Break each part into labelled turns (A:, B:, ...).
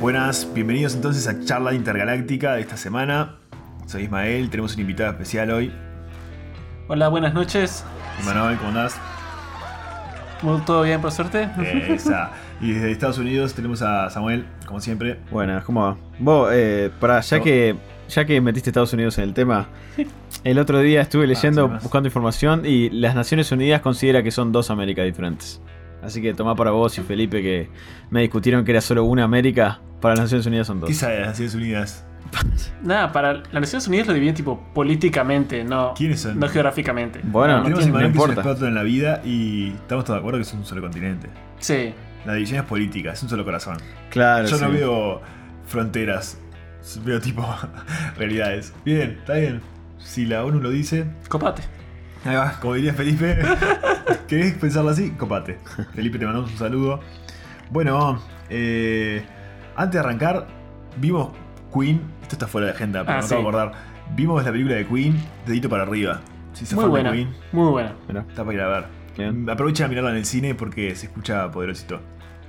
A: Buenas, bienvenidos entonces a Charla Intergaláctica de esta semana. Soy Ismael, tenemos un invitado especial hoy.
B: Hola, buenas noches.
A: Y Manuel, ¿cómo andás?
B: Muy- ¿Todo bien, por suerte?
A: Esa. Y desde Estados Unidos tenemos a Samuel, como siempre.
C: Buenas, ¿cómo va? Vos, eh, pará, ya,
A: No.
C: que, ya que metiste Estados Unidos en el tema, el otro día estuve leyendo,
A: Ah, sí, más.
C: buscando información y las Naciones Unidas considera que son dos Américas diferentes. Así que tomá para vos y Felipe que me discutieron que era solo una América, para las Naciones Unidas son dos.
A: ¿Qué sabe de las Naciones Unidas?
B: Nada, para las Naciones Unidas lo dividen tipo políticamente, no,
A: ¿Quiénes son?
B: no geográficamente.
C: Bueno, no,
A: tenemos a
C: tiene- no
A: Manuel, que es un
C: importa.
A: experto en la vida y estamos todos de acuerdo que es un solo continente.
B: Sí.
A: La división es política, es un solo corazón.
C: Claro,
A: Yo no
C: sí.
A: veo fronteras, veo tipo realidades. Bien, está bien. Si la ONU lo dice,
B: Copate.
A: Ahí va, como diría Felipe. ¿Querés pensarlo así? Copate. Felipe, te mandamos un saludo. Bueno, eh, antes de arrancar, vimos Queen. Esto está fuera de agenda, pero
B: Ah,
A: me
B: sí.
A: acabo de acordar. Vimos la película de Queen, dedito para arriba. Si se
B: Muy buena.
A: Queen,
B: Muy buena.
C: Mirá,
A: está para ir a ver.
C: bien.
A: Aprovecha de mirarla en el cine porque se escucha poderosito.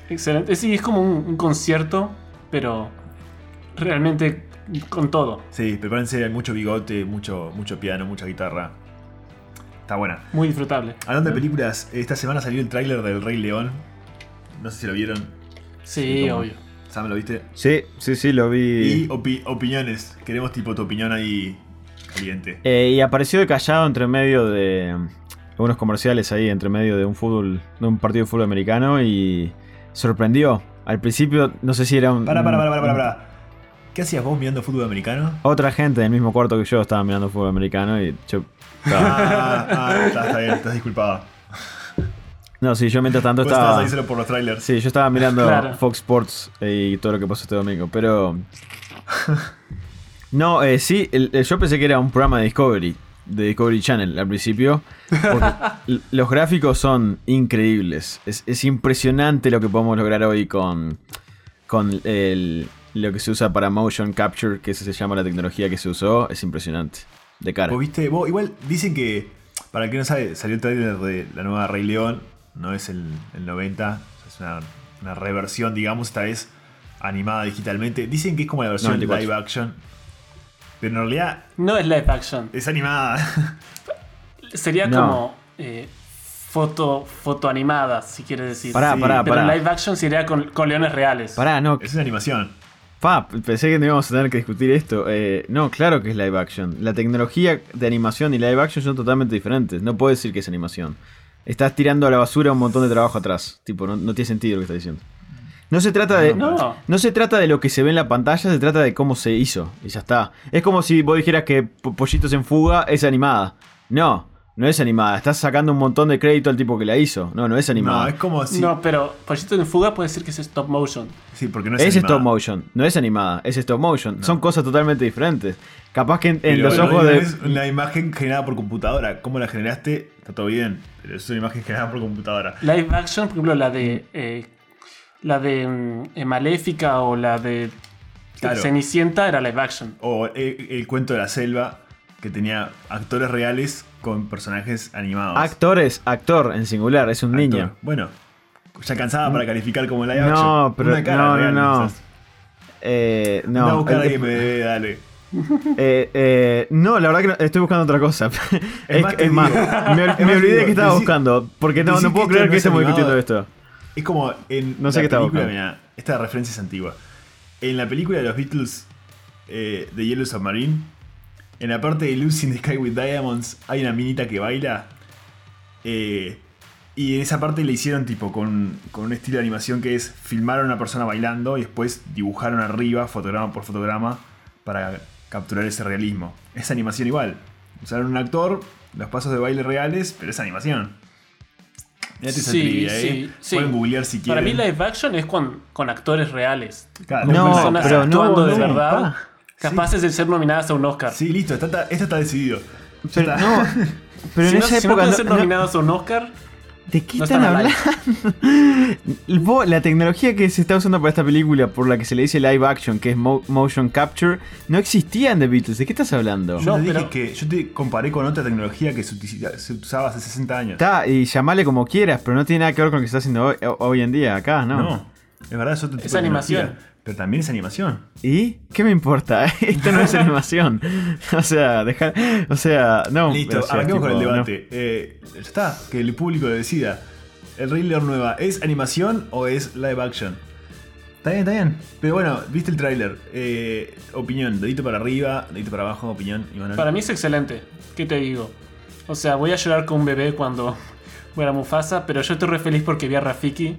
B: Excelente. Sí, es como un, un concierto, pero realmente con todo.
A: Sí, prepárense, hay mucho bigote, mucho, mucho piano, mucha guitarra. Está buena.
B: Muy disfrutable.
A: Hablando de películas, esta semana salió el tráiler del Rey León. No sé si lo vieron.
B: Sí,
A: Sí, como-
B: obvio.
A: Sam, ¿lo viste?
C: Sí, sí, sí, lo vi.
A: Y opi- opiniones. Queremos tipo tu opinión ahí caliente.
C: Eh, y apareció de callado entre medio de mm, unos comerciales ahí, entre medio de un fútbol, de un partido de fútbol americano y sorprendió. Al principio, no sé si era un.
A: Para, para, para, para, para,
C: un-
A: ¿Qué hacías vos mirando fútbol americano?
C: Otra gente del mismo cuarto que yo estaba mirando fútbol americano y yo.
A: Ah, ah, está, está bien, estás disculpado.
C: No, sí, yo mientras tanto
A: Vos estabas
C: estaba.
A: ahí solo por los trailers.
C: Sí, yo estaba mirando
B: Claro.
C: Fox Sports y todo lo que pasó este domingo, pero. No, eh, sí, el- el- yo pensé que era un programa de Discovery, de Discovery Channel al principio. porque l- los gráficos son increíbles. Es, es impresionante lo que podemos lograr hoy con, con el- lo que se usa para motion capture, que se llama la tecnología que se usó. Es impresionante. De cara.
A: Vos viste, vos, igual dicen que, para el que no sabe, salió el trailer de la nueva Rey León, no es el, el 90, es una, una reversión, digamos, esta vez animada digitalmente. Dicen que es como la versión
C: 94.
A: live action, pero en realidad
B: No es live action.
A: es animada.
B: Sería
C: No.
B: como eh, foto, foto animada, si quieres decir.
C: Pará,
B: Sí,
C: pará,
B: pero
C: pará.
B: live action sería con, con leones reales.
C: Pará, no,
A: es una animación.
C: Pa, pensé que no íbamos a tener que discutir esto. Eh, no, claro que es live action. La tecnología de animación y live action son totalmente diferentes. No puedo decir que es animación. Estás tirando a la basura un montón de trabajo atrás. Tipo, no, no tiene sentido lo que estás diciendo. No se trata de.
B: No.
C: no se trata de lo que se ve en la pantalla, se trata de cómo se hizo. Y ya está. Es como si vos dijeras que Po- Pollitos en Fuga es animada. No, no es animada. Estás sacando un montón de crédito al tipo que la hizo. No, no es animada.
A: No, es como si.
B: No, pero Pollito en fuga puede decir que es stop motion.
A: Sí, porque no es,
C: Es,
A: animada.
C: stop motion, no es animada, es stop motion. Son cosas totalmente diferentes. Capaz que en, en
A: Pero
C: los
A: lo
C: ojos
A: digo,
C: de.
A: Es una imagen generada por computadora. ¿Cómo la generaste? Está todo bien. Pero es una imagen generada por computadora.
B: Live action, por ejemplo, la de. eh, la de mm, eh, Maléfica o la de
A: Claro.
B: Cenicienta era live action.
A: O eh, el, cuento de la selva, que tenía actores reales con personajes animados.
C: Actor es actor en singular, es un
A: Actor.
C: niño.
A: Bueno, ya cansada para calificar como live
C: Mm. No,
A: action.
C: pero-
A: Una cara
C: no, no,
A: real,
C: no.
A: quizás.
C: Eh,
A: Anda a
C: no,
A: buscar a
C: eh,
A: alguien, bebé, dale.
C: eh, eh, no, la verdad que no- estoy buscando otra cosa. Es,
A: más, te
C: es más,
A: digo.
C: me, ol-
A: Es
C: me
A: más,
C: olvidé
A: digo,
C: que estaba
A: decí-
C: buscando. Porque no,
A: decí
C: no
A: que
C: puedo
A: esto
C: creer
A: no
C: que
A: es
C: estemos
A: animado.
C: discutiendo esto.
A: Es como en
C: No sé
A: la
C: qué estaba
A: película,
C: buscando.
A: mirá, esta referencia es antigua. En la película de los Beatles eh, de Yellow Submarine, en la parte de Lucy in the Sky with Diamonds, hay una minita que baila. eh, y en esa parte le hicieron tipo con, con un estilo de animación que es filmar a una persona bailando y después dibujaron arriba, fotograma por fotograma, para capturar ese realismo. Es animación igual. Usaron un actor, los pasos de baile reales, pero es animación. Mirate esa
B: Sí,
A: trivia, ¿eh?
B: sí, sí.
A: Pueden googlear si
B: Para
A: quieren.
B: mí, live action es con, con actores reales.
A: Claro,
B: Con
C: No,
B: personas
C: pero no,
B: actuando de
C: no,
B: verdad,
C: pa.
B: capaces de ser nominadas a un Oscar.
A: Sí, listo, está, está- esto está decidido. Ya
C: Pero,
A: está.
C: no, pero
B: si
C: en
B: no,
C: esa
B: si no
C: época.
B: pueden
C: no-
B: ser
C: no-
B: nominadas a un Oscar,
C: ¿De qué
B: No
C: están
B: están
C: hablando?
B: al
C: Vos, la tecnología que se está usando para esta película, por la que se le dice live action, que es mo- motion capture, no existía en The Beatles. ¿De qué estás hablando?
A: Yo
B: No,
A: te dije
B: pero-
A: que yo te comparé con otra tecnología que se, utiliza- se usaba hace 60 años.
C: Está, y llamale como quieras, pero no tiene nada que ver con lo que se está haciendo hoy, hoy en día acá, ¿no?
A: No. Es verdad, es otro tipo
B: Es
A: de
B: animación.
A: tecnología, Pero también es animación.
C: ¿Y? ¿Qué me importa? Esto no es animación. O sea, dejar. O sea, no.
A: Listo,
C: o sea,
A: arranquemos con el
C: tipo, no.
A: debate. Eh, ya está, que el público decida. El Rey León nueva, ¿es animación o es live action? Está bien, está bien. Pero bueno, viste el tráiler. Eh, opinión, dedito para arriba, dedito para abajo, opinión. Y bueno,
B: Para mí es excelente. ¿Qué te digo? O sea, voy a llorar con un bebé cuando muera Mufasa, pero yo estoy re feliz porque vi a Rafiki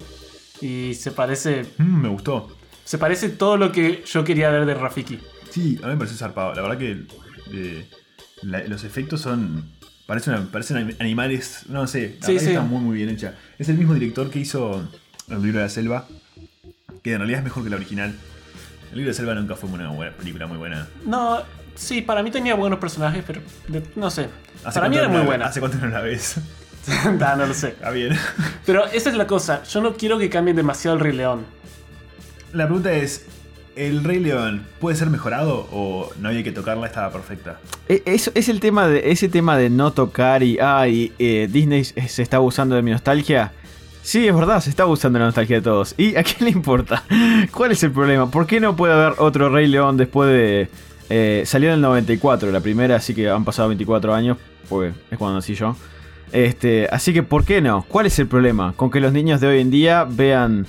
B: y se parece.
A: Mm, me gustó.
B: Se parece todo lo que yo quería ver de Rafiki.
A: Sí, a mí me pareció zarpado. La verdad que eh, la- los efectos son. Parecen, una- parecen anim- animales. No sé, la
B: Sí,
A: verdad que
B: sí.
A: está muy, muy bien hecha. Es el mismo director que hizo El libro de la selva, que en realidad es mejor que la original. El libro de la selva nunca fue una buena película muy buena.
B: No, sí, para mí tenía buenos personajes, pero de- no sé.
A: Hace
B: Para mí
A: cuánto
B: era
A: no
B: muy
A: la-
B: buena.
A: ¿Hace cuánto no la ves?
B: Da, no lo sé.
A: Está bien.
B: Pero esa es la cosa. Yo no quiero que cambien demasiado el Rey León.
A: La pregunta es: ¿El Rey León puede ser mejorado o no había que tocarla? Estaba perfecta.
C: E- eso- es el tema de, ese tema de no tocar y. Ay, eh, Disney se se está abusando de mi nostalgia. Sí, es verdad, se está abusando de la nostalgia de todos. ¿Y a quién le importa? ¿Cuál es el problema? ¿Por qué no puede haber otro Rey León después de. eh, salió en el 94 la primera, así que han pasado 24 años, porque es cuando nací yo. Este, así que, ¿por qué no? ¿Cuál es el problema? Con que los niños de hoy en día vean.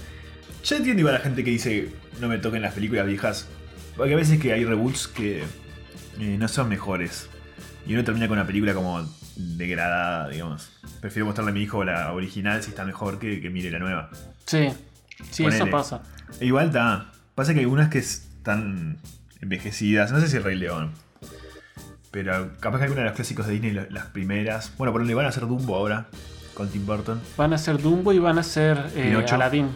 A: Yo entiendo igual a la gente que dice no me toquen las películas viejas. Porque a veces que hay reboots que eh, no son mejores. Y uno termina con una película como degradada, digamos. Prefiero mostrarle a mi hijo la original si está mejor que que mire la nueva.
B: Sí, sí,
A: Ponele.
B: eso pasa.
A: E igual está. Pasa que hay algunas que están envejecidas. No sé si el Rey León. Pero capaz que alguna de los clásicos de Disney, lo- las primeras. Bueno, por le van a hacer Dumbo ahora. Con Tim Burton.
B: Van a ser Dumbo y van a ser eh,
A: Pinocho.
B: Aladdin.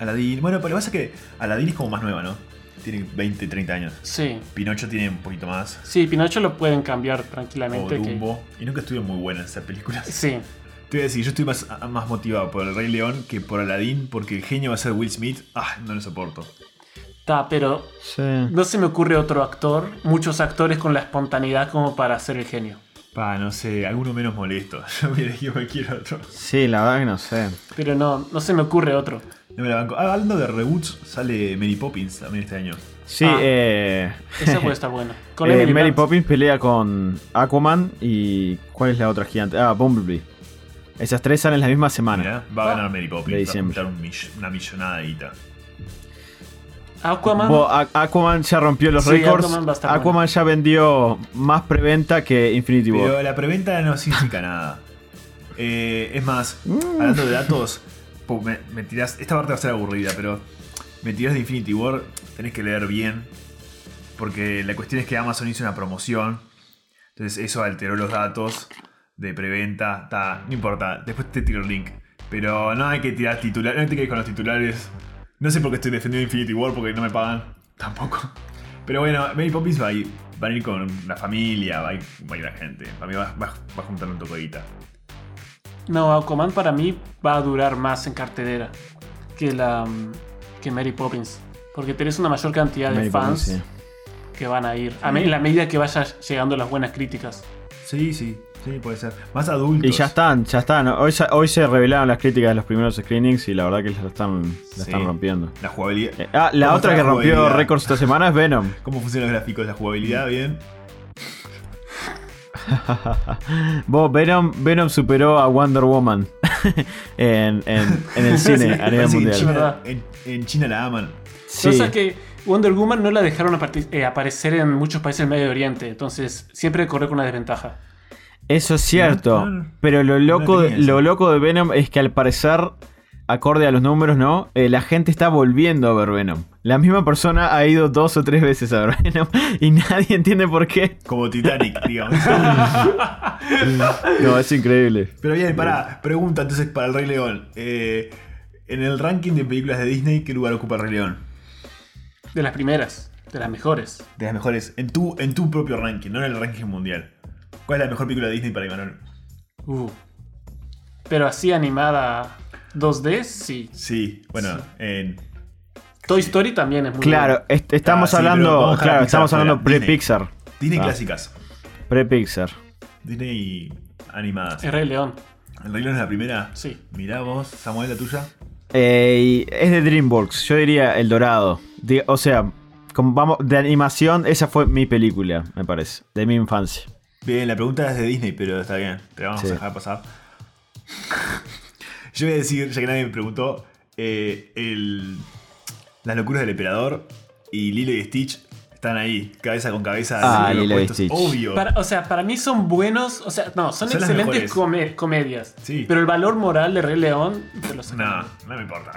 A: Aladdin. Bueno, pero pasa que Aladdin es como más nueva, ¿no? Tiene 20, 30 años.
B: Sí.
A: Pinocho tiene un poquito más.
B: Sí, Pinocho lo pueden cambiar
A: O
B: tranquilamente. que-
A: Dumbo. Y nunca estuvo muy buena esas películas.
B: Sí,
A: Te voy a decir, yo estoy más, a- más motivado por el Rey León que por Aladdin, porque el genio va a ser Will Smith. Ah, no lo soporto.
B: está, pero no se me ocurre otro actor, muchos actores con la espontaneidad como para ser el genio.
A: Pa, no sé, alguno menos molesto. Yo voy a elegir cualquier otro.
C: Sí, la verdad que no sé.
B: Pero no, no se me ocurre otro.
A: No me la banco. Ah, hablando de reboots, sale Mary Poppins también este año.
C: Sí,
B: Ah.
C: eh.
B: Esa puede estar buena. Con
C: Eh,
B: Emily
C: Mary
B: Blunt.
C: Poppins pelea con Aquaman y. ¿Cuál es la otra gigante? Ah, Bumblebee. Esas tres salen la misma semana.
A: Mirá, va a
B: Ah.
A: ganar Mary
C: De
A: Poppins. Va a
C: diciembre.
A: juntar un mill- una millonada de guita.
B: Aquaman.
C: Bo- A- Aquaman ya rompió los
B: Sí,
C: récords.
B: Aquaman va a estar
C: Aquaman
B: bueno.
C: ya vendió más preventa que Infinity War.
A: Pero la preventa no significa nada. Eh, es más, hablando de datos, po- me, me tirás. Esta parte va a ser aburrida, pero me tirás de Infinity War, tenés que leer bien. Porque la cuestión es que Amazon hizo una promoción. Entonces eso alteró los datos de preventa. Ta, no importa, después te tiro el link. Pero no hay que tirar titulares, no te quedes con los titulares. No sé por qué estoy defendiendo Infinity War porque no me pagan tampoco. Pero bueno, Mary Poppins va a ir, va a ir con la familia, va a ir, va a ir la gente. Para mí va, va- va a juntar un tocadita.
B: No, Aquaman para mí va a durar más en cartelera que la mm, que Mary Poppins. Porque tenés una mayor cantidad de
C: Mary
B: fans
C: Poppins, sí.
B: que van a ir. A me- en la medida que vayan llegando las buenas críticas.
A: Sí, sí, sí, puede ser. Más adultos.
C: Y ya están, ya están. Hoy, sa- hoy se revelaron las críticas de los primeros screenings y la verdad que la están, la
A: Sí.
C: están rompiendo.
A: La jugabilidad.
C: Eh, ah, la
A: ¿Cómo
C: otra
A: está
C: que
A: la
C: rompió
A: jugabilidad?
C: récords esta semana es Venom.
A: ¿Cómo funcionan los gráficos? La jugabilidad, bien.
C: Vos, Venom, Venom superó a Wonder Woman en, en- en el cine a
A: Parece
C: nivel
A: que en
C: mundial.
A: China-
B: ¿Verdad?
A: En, en China la aman.
C: Sí.
B: Cosa que Wonder Woman no la dejaron aparte- eh, aparecer en muchos países del Medio Oriente. Entonces siempre corre con una desventaja.
C: Eso es cierto.
A: No, no.
C: Pero lo loco, de,
A: tenía esa.
C: lo loco de Venom es que al parecer, acorde a los números, ¿no? Eh, la gente está volviendo a ver Venom. La misma persona ha ido dos o tres veces a ver Venom y nadie entiende por qué.
A: Como Titanic, digamos.
C: No, es increíble.
A: Pero bien, pará. Pregunta entonces para el Rey León. Eh, en el ranking de películas de Disney, ¿qué lugar ocupa el Rey León?
B: De las primeras, de las mejores.
A: De las mejores. En tu, en tu propio ranking, no en el ranking mundial. ¿Cuál es la mejor película de Disney para Imanol?
B: Uh. Pero así animada 2D, sí.
A: Sí, bueno,
B: Sí.
A: en.
B: Toy Story también es muy
C: Claro, est- estamos
A: Ah, sí, pero
C: hablando,
A: vamos a
C: claro,
A: Pixar
C: estamos
A: fuera.
C: hablando pre-Pixar.
A: Disney
C: Ah.
A: clásicas.
C: Pre-Pixar.
A: Disney animadas.
C: Eh.
B: bueno. El Rey León,
A: ¿El Rey León es la primera?
B: sí.
A: Mirá vos, Samuel, la tuya.
C: Eh, y es de DreamWorks, yo diría El Dorado. Di- o sea, como vamos, de animación, esa fue mi película, me parece, de mi infancia.
A: Bien, la pregunta es de Disney, pero está bien. Te la vamos
C: Sí.
A: a dejar pasar. Yo voy a decir, ya que nadie me preguntó, eh, el- las locuras del emperador y Lilo y Stitch están ahí, cabeza con cabeza.
C: Ah,
A: haciendo
C: Lilo y
A: opuestos.
C: Stitch.
A: Obvio.
B: Para- o sea, para mí son buenos, o sea, no,
A: Son
B: son,
A: las
B: excelentes
A: mejores.
B: come- comedias.
A: Sí.
B: Pero el valor moral de Rey León te lo sacan.
A: No, no me importa.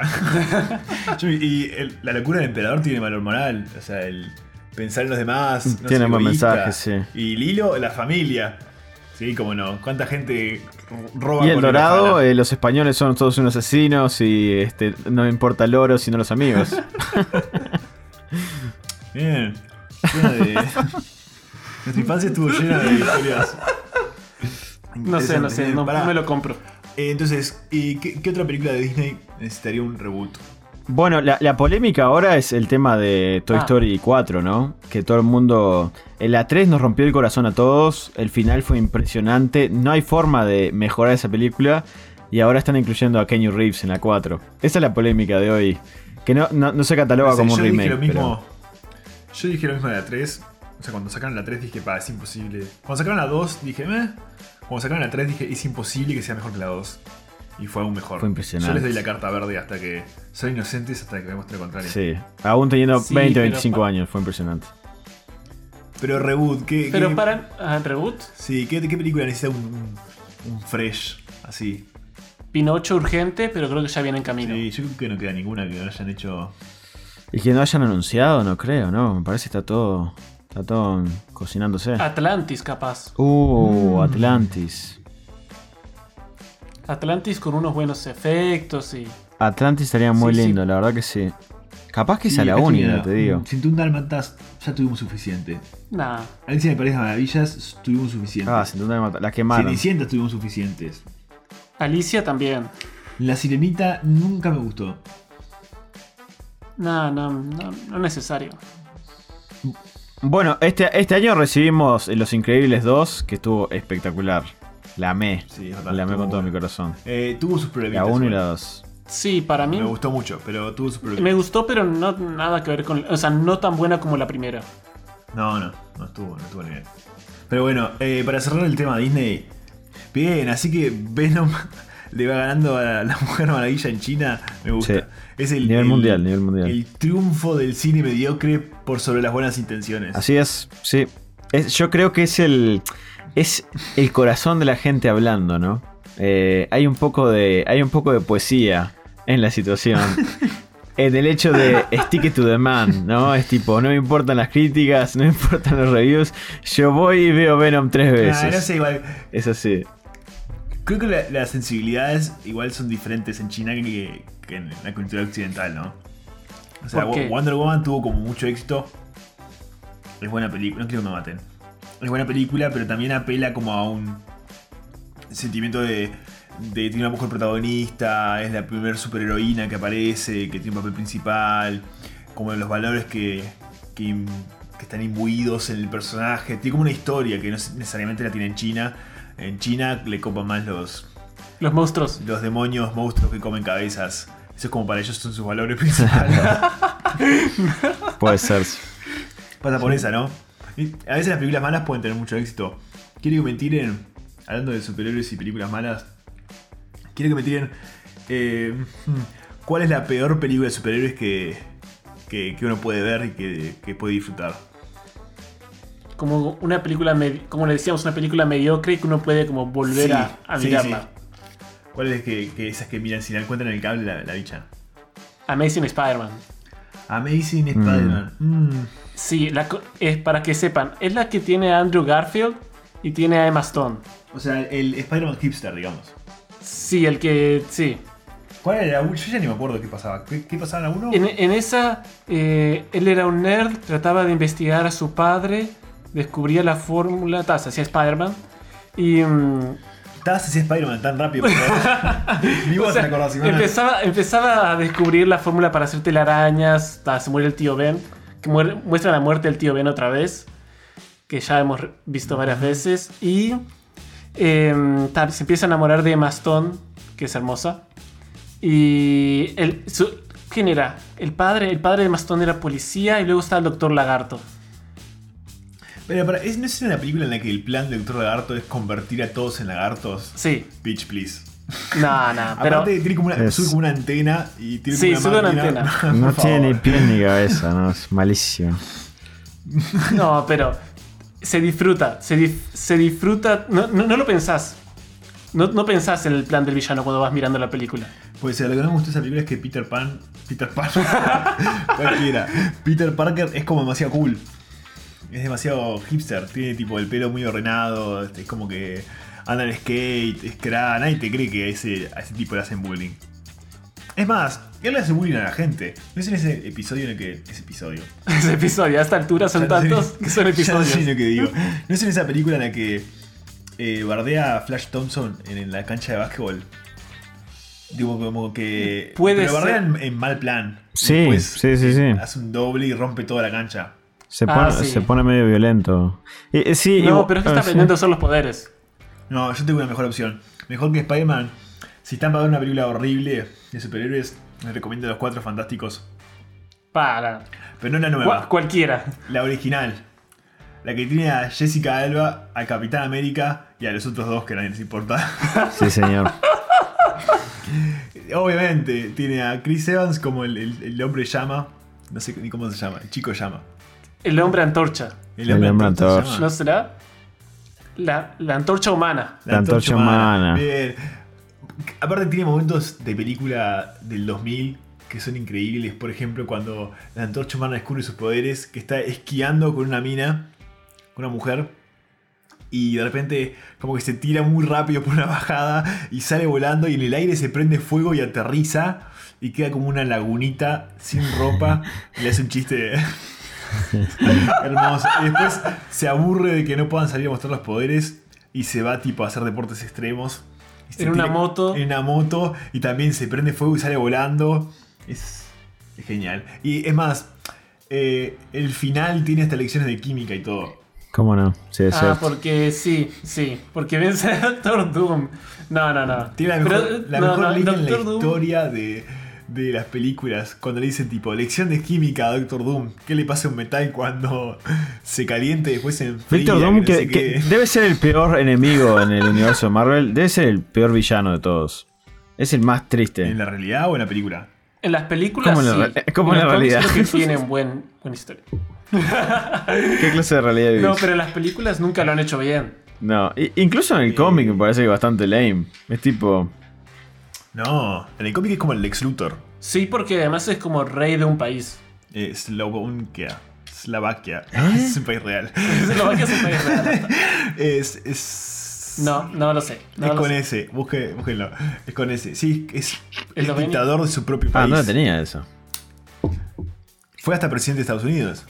A: Yo- y el- la locura del emperador tiene valor moral. O sea, el pensar en los demás. no
C: Tiene
A: ser
C: buen
A: egoísta.
C: mensaje, sí.
A: Y Lilo, la familia. Sí, cómo no. ¿Cuánta gente ro- roba
C: Y El
A: con una
C: Dorado,
A: fala?
C: eh, los españoles son todos unos asesinos y este, no me importa el oro sino los amigos.
A: Bien. Llena de. Nuestra infancia estuvo llena de historias.
B: No sé, no sé, no,
A: Pará.
B: no me lo compro.
A: Eh, Entonces, ¿y qué, qué otra película de Disney necesitaría un reboot?
C: Bueno, la, la polémica ahora es el tema de Toy
B: Ah.
C: Story 4, ¿no? Que todo el mundo... En la 3 nos rompió el corazón a todos, el final fue impresionante, no hay forma de mejorar esa película y ahora están incluyendo a Kenny Reeves en la 4. Esa es la polémica de hoy, que no, no- no se cataloga
A: No sé,
C: como un
A: yo
C: remake.
A: Dije lo mismo, Yo dije lo mismo de la 3. O sea, cuando sacaron la 3 dije, pa, es imposible. Cuando sacaron la 2 dije, meh. Cuando sacaron la 3 dije, es imposible que sea mejor que la 2. Y fue aún mejor.
C: Fue impresionante.
A: Yo les doy la carta verde hasta que sean inocentes, hasta que me muestre lo contrario.
C: pero- Sí, aún teniendo
B: Sí,
C: 20 o
B: pero
C: 25
B: pa-
C: años, fue impresionante.
A: Pero reboot, ¿qué,
B: Pero
A: qué-
B: para ah, reboot,
A: Sí, ¿qué, qué película necesita un, un- un fresh así?
B: Pinocho urgente, pero creo que ya viene en camino.
A: Sí, yo creo que no queda ninguna que hayan hecho.
C: Y que no hayan anunciado, no creo, ¿no? Me parece que está todo, está todo cocinándose.
A: Ah.
B: Atlantis, capaz.
C: Uh, Atlantis.
B: Atlantis con unos buenos efectos y.
C: Atlantis estaría muy
B: Sí, sí.
C: lindo, la verdad que sí. Capaz que esa
A: Sí,
C: es la
A: acá
C: única,
A: tenía-
C: te digo.
A: Sin un Dalmatas ya tuvimos suficiente.
B: Nada.
A: Alicia en el País de Maravillas tuvimos suficiente.
C: Ah, sin duda me mata- la quemaron.
A: Cenicienta tuvimos suficientes.
B: Alicia también.
A: La sirenita nunca me gustó.
B: Nada, no, no, no necesario.
C: Bueno, este, este año recibimos Los Increíbles 2, que estuvo espectacular. La amé.
A: Sí, es verdad,
C: la amé
A: estuvo
C: con todo
A: bueno.
C: mi corazón.
A: Eh, tuvo sus
C: La
A: problemitas.
C: 1 y
A: igual.
C: la 2.
B: Sí, para mí.
A: Me gustó mucho, pero tuvo sus
B: Me
A: problemitas.
B: gustó, pero no nada que ver con. O sea, no tan buena como la primera.
A: No, no, no estuvo, no estuvo ni bien. Pero bueno, eh, para cerrar el tema Disney. Bien, así que Venom le va ganando a la Mujer Maravilla en China. Me gusta.
C: Sí.
A: Es el,
C: Nivel
A: el-
C: mundial, nivel mundial.
A: El triunfo del cine mediocre por sobre las buenas intenciones.
C: Así es, sí. Es- yo creo que es el. Es el corazón de la gente hablando, ¿no? Eh, hay, un poco de, hay un poco de poesía en la situación. en el hecho de stick it to the man, ¿no? Es tipo, no me importan las críticas, no me importan los reviews. Yo voy y veo Venom tres
A: Ah, no
C: veces.
A: sé, igual.
C: Es así.
A: Creo que la- las sensibilidades igual son diferentes en China que, que en la cultura occidental, ¿no? O sea,
B: ¿Por qué?
A: Wo- Wonder Woman tuvo como mucho éxito. Es buena película, no quiero que me maten. Es buena película, pero también apela como a un sentimiento de, de tiene una mujer protagonista, es la primer superheroína que aparece, que tiene un papel principal, como de los valores que, que, im- que están imbuidos en el personaje. Tiene como una historia que no es- necesariamente la tiene en China. En China le copan más los,
B: Los monstruos.
A: los demonios, monstruos que comen cabezas. Eso es como para ellos son sus valores principales.
C: Puede ser.
A: Pasa por esa, ¿no? Y a veces las películas malas pueden tener mucho éxito. Quiero que me tiren, hablando de superhéroes y películas malas, quiero que me tiren eh, hmm, cuál es la peor película de superhéroes que, que, que uno puede ver y que, que puede disfrutar.
B: Como una película. medi- Como le decíamos, una película mediocre que uno puede como volver
A: Sí,
B: a, a
A: sí,
B: mirarla.
A: ¿Cuál es que, que esas que miran si la encuentran en el cable la, la bichan?
B: Amazing Spider-Man.
A: Amazing Spider-Man. Mm.
B: Sí, la co- es para que sepan, es la que tiene a Andrew Garfield y tiene a Emma Stone.
A: O sea, el Spider-Man hipster, digamos.
B: Sí, el que. Sí.
A: ¿Cuál era la uno? Yo ya ni me acuerdo qué pasaba. ¿Qué, qué pasaba en la 1?
B: En, en esa, eh, él era un nerd, trataba de investigar a su padre, descubría la fórmula, ta, se hacía Spider-Man. Y. mm,
A: Estabas así Spider-Man tan rápido. Ni vos
B: o sea,
A: te acordás, Iván.
B: empezaba, empezaba a descubrir la fórmula para hacer telarañas, ta, se muere el tío Ben, que muere- muestra la muerte del tío Ben otra vez, que ya hemos re- visto varias veces. em, Y. eh, ta, se empieza a enamorar de Maston, que es hermosa. Y el, su- ¿quién era? El padre, el padre de Mastón era policía y luego estaba el doctor Lagarto.
A: Pero, para, ¿es, ¿no es una película en la que el plan del Doctor Lagarto es convertir a todos en lagartos?
B: Sí,
A: Bitch, please.
B: no, no, pero
A: Aparte, tiene como una,
C: Es-
A: sube como una antena y tiene
B: Sí,
A: como
B: sube una antena.
A: Por
C: No tiene ni
A: favor.
C: pies ni cabeza, ¿no? Es malísimo.
B: no, pero se disfruta, se, dif- se disfruta, no, no, no lo pensás. No, no pensás en el plan del villano cuando vas mirando la película.
A: Pues eh, lo que no me gustó de esa película es que Peter Pan. Peter Pan. cualquiera. Peter Parker es como demasiado cool. Es demasiado hipster. Tiene tipo el pelo muy ordenado. este, Es como que anda en skate, es cra. Nadie te cree que a ese, a ese tipo le hacen bullying. Es más, él le hace bullying a la gente. ¿No es en ese episodio en el que. Ese episodio.
B: Ese episodio, a esta altura
A: Ya
B: son
A: no sé-
B: tantos que son
A: ya no
B: episodios.
A: sé lo que digo. ¿No es en esa película en la que eh, bardea a Flash Thompson en, en la cancha de básquetbol? Digo, como que.
B: Puede
A: pero bardea
B: ser.
A: en, en mal plan.
C: Sí,
A: Después
C: sí, sí, sí.
A: Hace un doble y rompe toda la cancha.
C: Se
B: Ah,
C: pone,
B: sí.
C: se pone medio violento. Y- y sí,
B: No,
C: igual-
B: pero es que
C: ah,
B: está
C: sí.
B: aprendiendo a usar los poderes.
A: No, yo tengo una mejor opción. Mejor que Spider-Man. Si están para ver una película horrible de superhéroes, les recomiendo Los Cuatro Fantásticos.
B: Para.
A: Pero no la
B: Cua-
A: nueva,
B: cualquiera.
A: la original. La que tiene a Jessica Alba, a Capitán América y a los otros dos que nadie les importa.
C: Sí, señor.
A: Obviamente, tiene a Chris Evans como el, el- el hombre llama. No sé ni cómo se llama, el chico llama.
B: El hombre antorcha.
C: El hombre
A: se
C: antorcha.
A: llama.
B: ¿No será? La, la antorcha humana.
A: La antorcha
C: La antorcha
A: humana.
C: humana.
A: Bien. Aparte tiene momentos de película del 2000 que son increíbles. Por ejemplo, cuando la antorcha humana descubre sus poderes, que está esquiando con una mina, con una mujer. Y de repente como que se tira muy rápido por una bajada y sale volando y en el aire se prende fuego y aterriza y queda como una lagunita sin ropa y le hace un chiste hermoso. Y después se aburre de que no puedan salir a mostrar los poderes y se va tipo a hacer deportes extremos. Y se
B: En una
A: tira-
B: moto.
A: En una moto y también se prende fuego y sale volando. Es, es genial. Y es más, eh, el final tiene hasta lecciones de química y todo.
C: ¿Cómo no? Sí, es
B: Ah,
C: cierto.
B: porque sí, sí. Porque vence a Doctor Doom. No, no, no.
A: Tiene la mejor,
B: Pero,
A: la
B: no,
A: mejor
B: no,
A: línea en la
B: Doctor Doom-
A: historia de, de las películas. Cuando le dicen tipo, lección de química a Doctor Doom. ¿Qué le pasa a un metal cuando se caliente y después se enfría?
C: Victor
A: que
C: Doom,
A: no sé
C: que,
A: qué?
C: que debe ser el peor enemigo en el universo de Marvel, debe ser el peor villano de todos. Es el más
A: ¿En
C: triste.
A: la realidad o en la película?
B: En las películas.
C: ¿Cómo en la
B: sí.
C: re- cómo en
B: Los
C: la
B: cómics
C: realidad?
B: creo que tienen buen, buena historia.
C: ¿Qué clase de realidad vivís?
B: No, pero en las películas nunca lo han hecho bien.
C: No, i- incluso en el cómic me parece que bastante lame. Es tipo.
A: No, en el cómic es como el Lex Luthor.
B: Sí, porque además es como rey de un país.
A: Eh, Slovakia. Slovaquia.
C: ¿Eh?
A: Es un país real.
B: Eslovaquia es un país real.
A: Es. es...
B: No, no lo sé. no
A: es
B: lo
A: con
B: sé.
A: ese, busque, búsquenlo. Es con ese. Sí, es,
B: ¿El
A: es
B: dominio?
A: dictador de su propio
C: Ah,
A: país.
C: no la tenía eso.
A: Fue hasta presidente de Estados Unidos.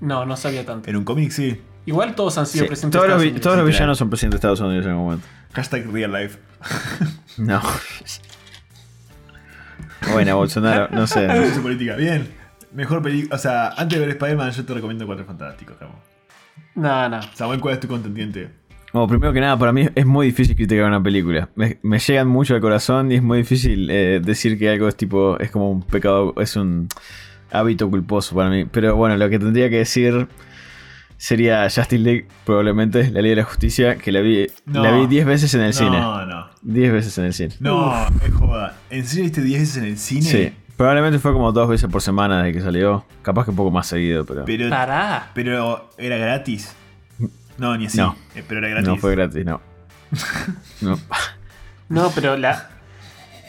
B: No, no sabía tanto.
A: En un cómic, sí.
B: Igual todos han sido
C: Sí,
B: presentes.
C: todos los, vi-
B: Estados
C: todos los
A: literal.
C: villanos son presidentes de Estados Unidos en algún momento.
A: Hashtag real life.
C: No. Bueno, Bolsonaro, no sé.
A: Eso es política. Bien. Mejor película. O sea, antes de ver Spider-Man, yo te recomiendo Cuatro Fantásticos, Camo.
B: Unidos. No, no.
A: Samuel, ¿cuál es tu contendiente?
C: Bueno, primero que nada, para mí es muy difícil criticar una película. Me, me llegan mucho al corazón y es muy difícil eh, decir que algo es tipo. Es como un pecado. Es un hábito culposo para mí. Pero bueno, lo que tendría que decir. Sería Justice League, probablemente la Ley de la Justicia, que la vi
A: No.
C: la vi 10 veces en el
A: no,
C: cine.
A: No, no.
C: 10 veces en el cine.
A: No, es joda. ¿En serio viste 10 veces en el cine?
C: Sí. Probablemente fue como dos veces por semana desde que salió. Capaz que un poco más seguido, pero.
A: Pero,
B: Pará.
A: pero era gratis. No, ni así.
C: No.
A: Eh, Pero era gratis.
C: No fue gratis, no. No.
B: No, pero la,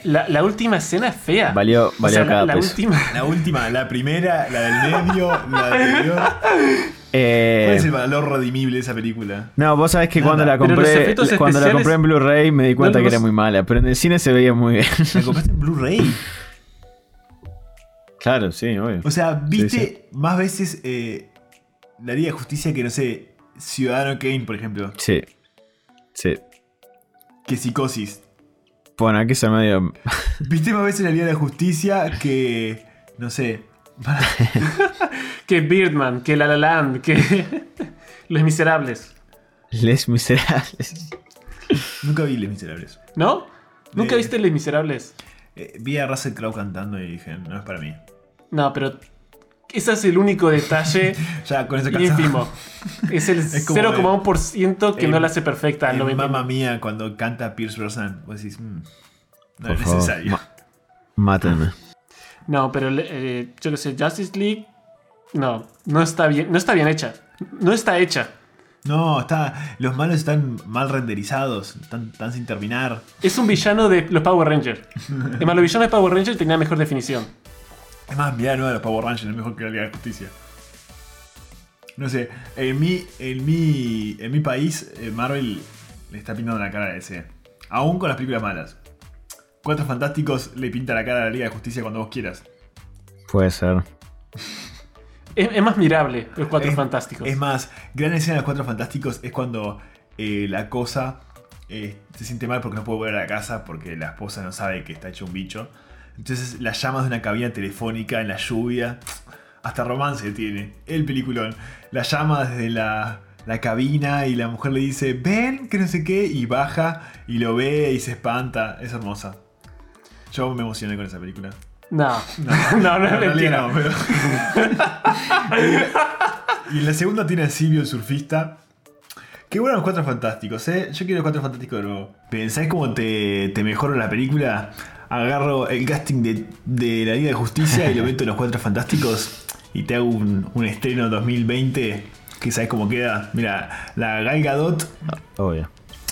B: la, la última escena es fea.
C: Valió,
B: O sea,
C: valió
B: la-
C: cada
B: la,
C: peso.
B: última.
A: La última, la primera, la del medio, la anterior. ¿Cuál
C: Eh,
A: es el valor redimible de esa película?
C: No, vos sabés que
A: Nada.
C: cuando la
B: Pero los
C: compré
B: efectos
C: cuando la
B: especiales-
C: compré en Blu-ray me di cuenta
B: No,
C: que
B: los-
C: era muy mala, pero en el cine se veía muy bien.
A: ¿La compraste en Blu-ray?
C: claro, sí, obvio.
A: O sea, viste
C: Sí, sí.
A: más veces eh, la Liga de Justicia que, no sé, Ciudadano Kane, por ejemplo,
C: Sí. Sí.
A: que Psicosis.
C: Bueno, hay que ser medio
A: Viste más veces la Liga de la Justicia que, no sé,
B: Que Birdman, que La La Land, que Los Miserables.
C: les miserables.
A: nunca vi Les Miserables.
B: ¿No? ¿Nunca
A: Eh.
B: viste Los Miserables?
A: eh, vi a Russell Crowe cantando y dije, no es para mí.
B: No, pero ese es el único detalle
A: Ya con ese
B: ínfimo. Es el
A: Es como
B: 0,1% que
A: en-
B: no la hace perfecta. al
A: En
B: 90.
A: Mamma Mía, cuando canta Pierce Brosnan, vos decís, "Mm, no
C: Por
A: es
C: favor,
A: necesario.
C: ma- Mátenme.
B: No, pero eh, yo qué sé, Justice League. No, no está bien, no está bien hecha. No está hecha.
A: No, está, los malos están mal renderizados, están, están sin terminar.
B: Es un villano de los Power Rangers. Además, los villanos de Power Rangers tenían mejor definición.
A: Es más, mirá, no, los Power Rangers es mejor que la Liga de Justicia. No sé, en mi, en mi, en mi país, eh, Marvel le está pintando la cara a DC. Aún con las películas malas. Cuatro Fantásticos le pinta la cara a la Liga de Justicia cuando vos quieras.
C: Puede ser.
B: Es, es más mirable los Cuatro
A: Es-
B: Fantásticos.
A: Es más, gran escena de los Cuatro Fantásticos es cuando eh, la cosa eh, se siente mal porque no puede volver a la casa porque la esposa no sabe que está hecho un bicho. Entonces las llamas de una cabina telefónica en la lluvia. Hasta romance tiene. El peliculón. Las llamas desde la, la cabina y la mujer le dice, ven, que no sé qué, y baja y lo ve y se espanta. Es hermosa. Yo me emocioné con esa película.
B: No, no, no,
A: En
B: es
A: realidad
B: mentira.
A: no, pero... y en la segunda tiene a Sibio, el surfista. Qué bueno los cuatro fantásticos, ¿eh? Yo quiero los cuatro fantásticos de nuevo. ¿Pensáis cómo te, te mejoro la película? Agarro el casting de, de la Liga de Justicia y lo meto en los cuatro fantásticos y te hago un, un estreno 2020 que sabes cómo queda. Mira, la Gal Gadot
C: Obvio.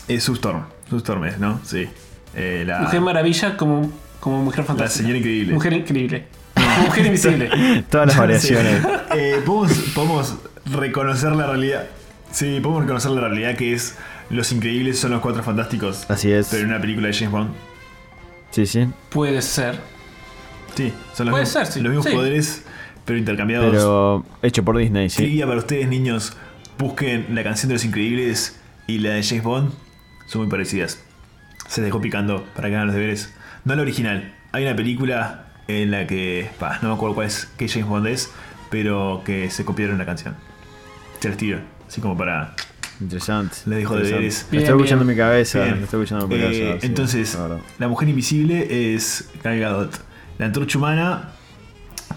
A: es Substorm. Substorm es, ¿no? Sí. Eh, la,
B: Mujer Maravilla como, como Mujer
A: la
B: Fantástica.
A: señora increíble.
B: Mujer increíble. Como Mujer invisible.
C: Todas las variaciones.
A: Eh, podemos, podemos reconocer la realidad. Sí, podemos reconocer la realidad que es Los Increíbles son los cuatro fantásticos.
C: Así es.
A: Pero en una película de James Bond.
C: Sí, sí.
B: Puede ser.
A: Sí, son los,
B: Puede
A: mismos,
B: ser, sí,
A: los mismos
B: sí.
A: poderes, pero intercambiados.
C: Pero hecho por Disney, sí.
A: Trivia para ustedes, niños. Busquen la canción de Los Increíbles y la de James Bond. Son muy parecidas. Se dejó picando para que hagan los deberes. No la original. Hay una película en la que. pa, no me acuerdo cuál es, qué James Bond es, pero que se copiaron la canción. Se las tiro. Así como para
C: Interesante.
A: Le dijo
C: Interesante.
A: deberes.
C: Lo
B: Bien,
C: estoy escuchando en mi
B: bien.
C: cabeza.
A: Bien.
C: Lo estoy escuchando en mi
A: Eh,
C: cabeza. sí,
A: entonces,
C: la verdad.
A: la mujer invisible es Gal Gadot. La antorcha humana,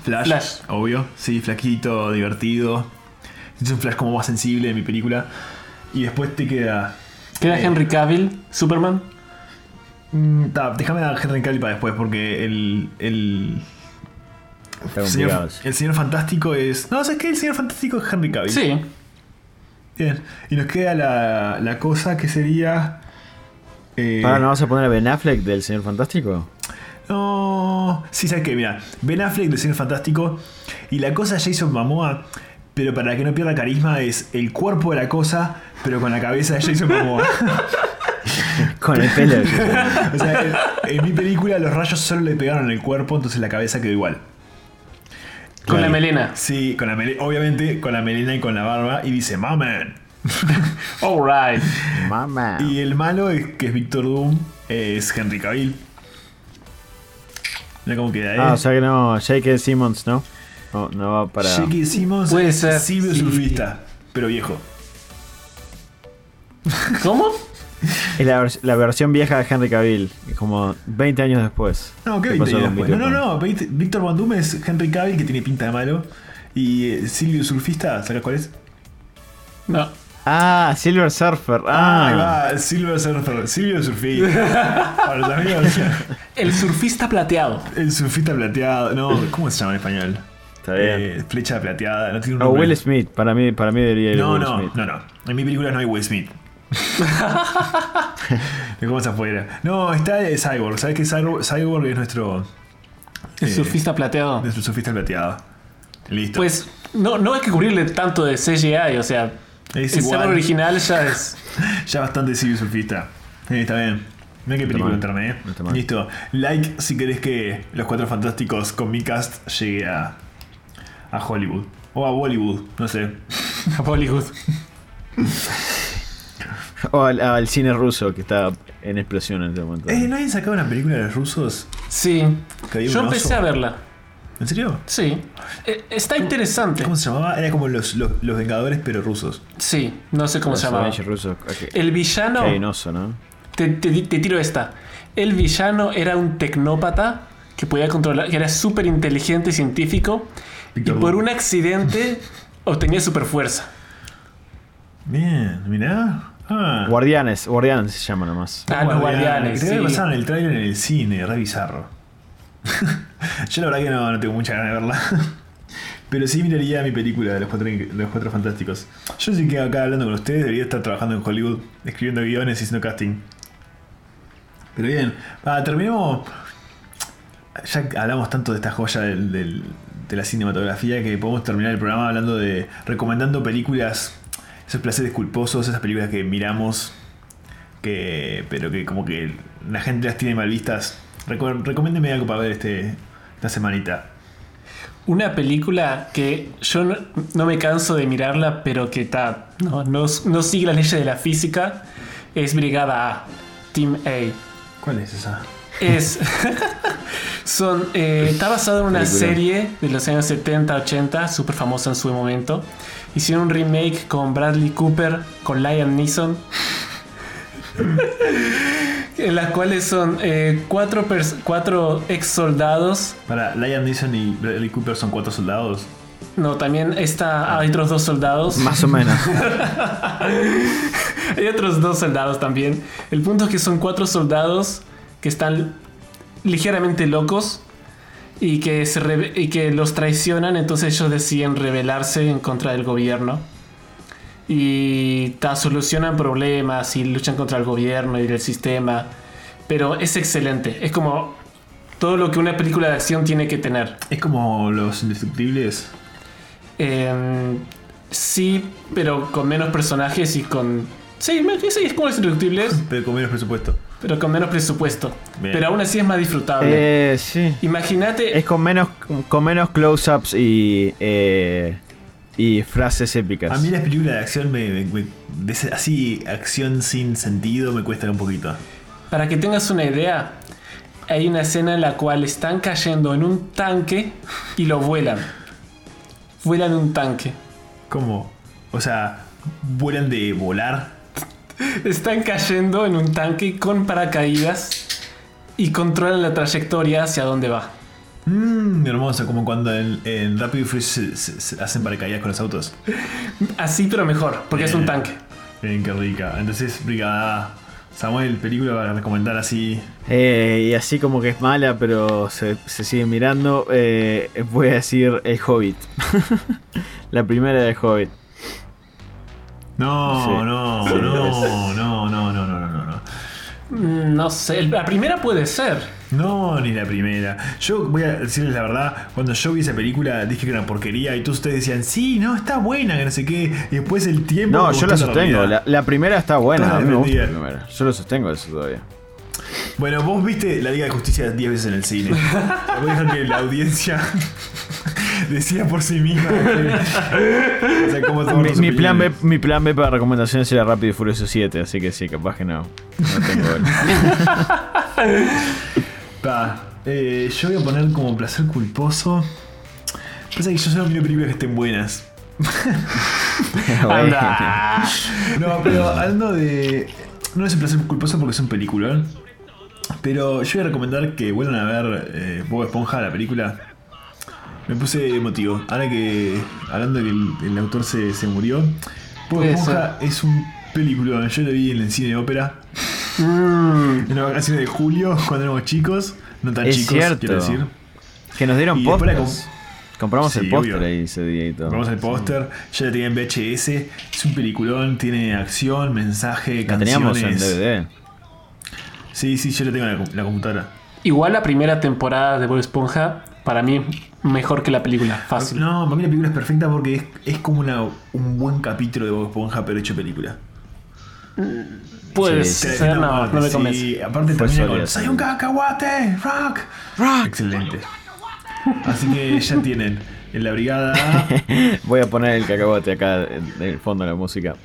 A: Flash,
B: Flash.
A: obvio. Sí, flaquito, divertido. Es un Flash como más sensible de mi película. Y después te queda...
B: Queda
A: Eh,
B: Henry Cavill, Superman.
A: mm, ta, déjame a Henry Cavill para después porque el... el
C: Está complicado.
A: señor, el señor fantástico es... No, ¿sabes qué? El señor fantástico es Henry Cavill.
B: Sí.
A: Bien. Y nos queda la, la cosa que sería... eh,
C: Pará, ¿no vas a poner a Ben Affleck del Señor Fantástico?
A: No. Sí, ¿sabes qué? Mira, Ben Affleck del Señor Fantástico. Y la cosa de Jason Momoa, pero para que no pierda carisma, es el cuerpo de la cosa, pero con la cabeza de Jason Momoa.
C: Con el pelo.
A: o sea, en, en mi película los rayos solo le pegaron en el cuerpo, entonces la cabeza quedó igual.
B: Con la
A: Claro.
B: melena.
A: Sí, con la mele- obviamente con la melena y con la barba, y dice, mamen.
B: Alright.
C: Mamá.
A: Y el malo, es, que es Victor Doom, es Henry Cavill. Mira cómo queda, ¿eh?
C: Ah, o sea que no. J.K. Simmons, ¿no? No, no va para.
A: Jake Simmons
B: Puede ser,
A: eh, Silvio
B: sí.
A: surfista, pero viejo.
B: ¿Cómo?
C: Es la, vers- la versión vieja de Henry Cavill. Como 20 años después.
A: No, ¿qué 20
C: pasó
A: años
C: con
A: después?
C: Peter
A: No,
C: Pan?
A: no, no. Vít- Víctor Bondum es Henry Cavill, que tiene pinta de malo. Y eh, Silvio surfista, ¿sacas cuál es?
B: No.
C: Ah, Silver Surfer.
A: Ahí
C: Ah,
A: va, Silvio surfer, Silvio surfista. Para los amigos,
B: El surfista plateado.
A: el surfista plateado. No, ¿cómo se llama en español?
C: está bien.
A: Eh, flecha plateada, no tiene un
C: o
A: nombre.
C: Will Smith. Para mí, para mí debería ir
A: No,
C: Will
A: no,
C: Smith.
A: no, no. En mi película no hay Will Smith. Lo como afuera. No, está eh, Cyborg. ¿Sabes que Cyborg, Cyborg es nuestro.
B: El
A: eh,
B: surfista plateado.
A: Nuestro surfista plateado. Listo.
B: Pues no, no hay que cubrirle tanto de CGI, o sea.
A: Es
B: el
A: igual.
B: ser original ya es.
A: ya bastante civil surfista. Eh, está bien. Mira qué película
C: mal.
A: internet,
C: No está
A: eh.
C: mal.
A: Listo. Like si querés que Los Cuatro Fantásticos con mi cast llegue a, a Hollywood. O a Bollywood, no sé.
B: Bollywood.
C: O al, al cine ruso que está en explosión en este momento.
A: Eh, ¿no habían sacado una película de los rusos?
B: Sí.
A: Que había un
B: Yo empecé
A: oso.
B: a verla.
A: ¿En serio?
B: Sí. Eh, Está interesante.
A: ¿Cómo se llamaba? Era como los, los, los Vengadores pero rusos.
B: Sí, no sé cómo
C: Los
B: se llamaba.
A: Eh,
C: Avengers rusos. ok.
B: El
C: Que
B: villano.
C: hay un oso, ¿no?
B: te, te- te tiro esta. El villano era un tecnópata que podía controlar, que era súper inteligente y científico.
A: Víctor
B: y por
A: Hugo.
B: un accidente obtenía super fuerza.
A: Bien, mirá. Ah.
C: Guardianes, guardianes se llama nomás.
B: Ah, los guardianes.
A: Creo que
B: sí.
A: pasaron el trailer en el cine, re bizarro. Yo la verdad que no, no tengo mucha ganas de verla. Pero sí miraría mi película de los cuatro, de los cuatro fantásticos. Yo sí que acá hablando con ustedes, debería estar trabajando en Hollywood, escribiendo guiones y haciendo casting. Pero bien, ah, terminemos. Ya hablamos tanto de esta joya del- del- de la cinematografía que podemos terminar el programa hablando de. recomendando películas, esos placeres culposos, esas películas que miramos que pero que como que la gente las tiene mal vistas. Reco- recomiéndeme algo para ver este esta semanita.
B: Una película que yo no, no me canso de mirarla, pero que ta, no, no- no sigue las leyes de la física, es Brigada A, Team A.
A: ¿Cuál es esa?
B: Es. son, eh, está basado en una
C: Película.
B: serie de los años 70, 80, súper famosa en su momento. Hicieron un remake con Bradley Cooper, con Liam Neeson. en las cuales son eh, cuatro, pers- cuatro ex soldados
A: Para Liam Neeson y Bradley Cooper son cuatro soldados.
B: No, también está. Hay otros dos soldados.
C: Más o menos.
B: Hay otros dos soldados también. El punto es que son cuatro soldados que están ligeramente locos y que, se rebe- y que los traicionan. Entonces ellos deciden rebelarse en contra del gobierno. Y ta, solucionan problemas y luchan contra el gobierno y el sistema. Pero es excelente. Es como todo lo que una película de acción tiene que tener.
A: Es como los indestructibles.
B: Eh, sí, pero con menos personajes y con. Sí, me- sí, es como los indestructibles,
A: Pero con menos presupuesto.
B: pero con menos presupuesto.
A: Bien.
B: Pero aún así es más disfrutable.
C: Eh, sí.
B: Imagínate.
C: Es con menos, con menos close-ups y, eh, y frases épicas.
A: A mí las películas de acción me, me- me- de ese- así acción sin sentido me cuestan un poquito.
B: Para que tengas una idea, hay una escena en la cual están cayendo en un tanque y lo vuelan. Vuelan un tanque.
A: ¿Cómo? O sea, vuelan de volar.
B: Están cayendo en un tanque con paracaídas y controlan la trayectoria hacia dónde va.
A: Mmm, hermoso, como cuando en, en Rápido y Furioso se- se- se hacen paracaídas con los autos.
B: Así, pero mejor, porque es un
A: Bien.
B: tanque.
A: Bien, qué rica. Entonces, Brigada. Samuel, película para recomendar así.
C: Eh, y así como que es mala, pero se, se sigue mirando. eh, voy a decir El Hobbit. la primera del Hobbit.
A: No,
C: Sí.
A: no,
C: Sí,
A: no, no,
C: es-
A: no, no, no, no, no, no.
B: Mm, No sé, la primera puede ser.
A: No, ni la primera. Yo voy a decirles la verdad, cuando yo vi esa película dije que era una porquería y todos ustedes decían, sí, no, está buena, que no sé qué. Y después el tiempo... me
C: No, yo
A: gustó
C: la sostengo.
A: realidad.
C: La, la primera está buena.
A: Todas
C: A mí me gusta la
A: defendidas.
C: primera. Yo lo sostengo eso todavía.
A: Bueno, vos viste la Liga de Justicia 10 veces en el cine. Voy a dejar que la audiencia decía por sí misma. que- o sea, cómo toman
C: Mi,
A: sus
C: mi plan B,
A: opiniones.
C: mi plan B para recomendaciones era Rápido y Furioso 7, así que sí, capaz que no. No tengo el-
A: Pa, eh, yo voy a poner como placer culposo. Pasa que yo solo miro películas que estén buenas.
B: Anda.
C: Ah.
A: No, pero hablando de. No es un placer culposo porque es un peliculón. Pero yo voy a recomendar que vuelvan a ver eh, Bob Esponja, la película. Me puse emotivo. Ahora que. Hablando de que el, el autor se, se murió. Bob
B: Puede
A: Esponja es un peliculón. Yo lo vi en el cine de ópera.
B: Mm,
A: En las vacaciones de julio, cuando éramos chicos. No tan
C: Es
A: chicos,
C: cierto.
A: quiero decir.
C: que nos dieron
A: Y después la
C: pósters. Compramos
A: Sí,
C: el póster
A: obvio.
C: ahí ese día y todo.
A: Vamos al póster, ya la tenía en VHS, es un peliculón, tiene acción, mensaje,
C: La teníamos
A: canciones.
C: en DVD.
A: Sí, sí, yo la tengo en la, com- la computadora.
B: Igual la primera temporada de Bob Esponja, para mí, mejor que la película.
C: Ah,
B: Fácil.
A: No, para mí la película es perfecta porque es, es como una, un buen capítulo de Bob Esponja, pero hecho película.
B: Puedes
C: Sí,
A: Te la
B: ser,
A: defiendo a
B: Pues, no,
A: muerte,
B: no me
A: sí.
B: convence.
A: Aparte
C: Fue
A: termina
C: sólida,
A: con ¡Soy
C: sí.
A: un cacahuate! ¡Rock! Excelente. Así que ya tienen. En la brigada A,
C: Voy a poner el cacabote acá en en el fondo de la música.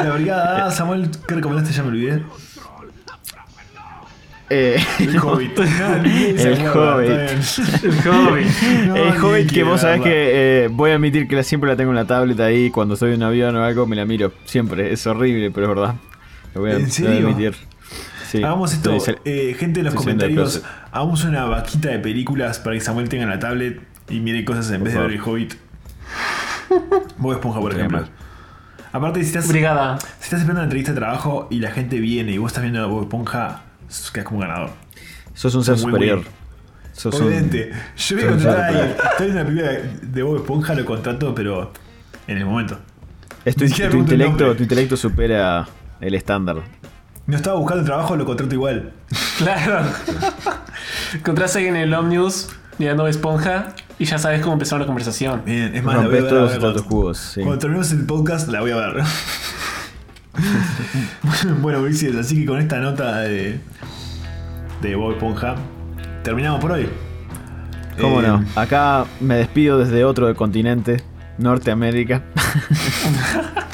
A: en la brigada A, Samuel, ¿qué recomendaste? Ya me olvidé.
C: Eh,
A: El Hobbit.
C: Ah,
A: No, olvidé esa
C: El
A: mierda, está bien. No,
C: el
A: ni
C: Hobbit que
A: quiero
C: vos sabés
A: verla.
C: que eh, voy a admitir que la- siempre la tengo en la tablet ahí. Cuando soy en un avión o algo me la miro. Siempre. Es horrible, pero es verdad. Lo voy a,
A: ¿En
C: lo voy a
A: serio?
C: admitir. Sí,
A: Hagamos esto,
C: estoy sal-
A: eh, gente en los
C: estoy saliendo del
A: comentarios, hagamos una vaquita de películas para que Samuel tenga la tablet y mire cosas en
C: Por
A: vez de ver el
C: favor.
A: Hobbit. Bob Esponja, por
C: Sí,
A: ejemplo.
C: mal.
A: Aparte, si estás, si
B: Brigada.
A: estás esperando una entrevista de trabajo y la gente viene y vos estás viendo a Bob Esponja, s- quedas como ganador.
C: Sos un ser
A: Muy
C: superior.
A: bien.
C: Sos un-
A: Obviamente, yo voy a
C: sos un
A: contratar a
C: ser
A: alguien. Estoy en una película de Bob Esponja, lo contrato, pero en el momento.
C: es tu,
A: Ni siquiera
C: tu
A: pregunto el
C: intelecto,
A: nombre.
C: tu intelecto supera el estándar.
A: No estaba buscando trabajo, lo contrato igual.
B: Claro. Encontrás ahí en el Omnibus mirando esponja y ya sabes cómo empezar una conversación.
A: Bien, es más, la voy a ver.
C: Rompes
A: la voy a
C: todos los
A: ver
C: status
A: cuando-
C: quo. sí.
A: Cuando terminemos el podcast la voy a ver. bueno, Ulises, así que con esta nota de, de Bob Esponja, terminamos por hoy.
C: ¿Cómo
A: Eh,
C: no? Acá me despido desde otro continente, Norteamérica.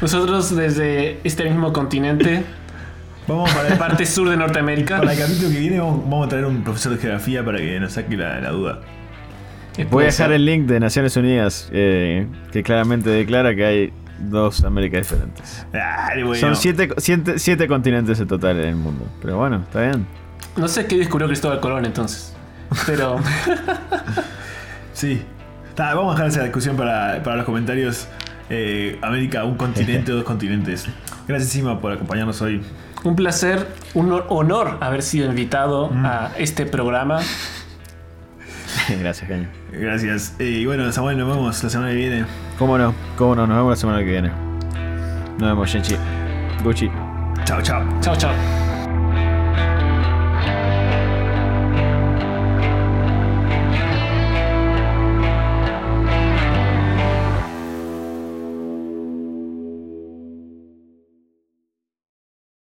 B: Nosotros desde este mismo continente,
A: Vamos para el,
B: parte sur de Norteamérica, eh,
A: para el capítulo que viene, vamos, vamos a traer un profesor de geografía para que nos saque la, la duda.
B: Eh,
C: Voy a
B: puede
C: dejar
B: ser.
C: el link de Naciones Unidas, eh, que claramente declara que hay dos Américas diferentes.
A: Dale, bueno.
C: Son siete, siete- siete continentes en total en el mundo. Pero bueno, está bien.
B: No sé qué descubrió Cristóbal Colón entonces. Pero
A: Sí. Ta, vamos a dejar esa discusión para, para los comentarios. Eh, América, un continente o dos continentes. Gracias, Sima, por acompañarnos hoy.
B: un placer, un hon- honor haber sido invitado a este programa.
C: Gracias, Caño.
A: Gracias. Eh, y bueno, Samuel, nos vemos la semana que viene.
C: ¿Cómo no? ¿Cómo no? Nos vemos la semana que viene. Nos vemos, Shenchi. Gucci.
A: Chao, chao.
B: Chao, chao.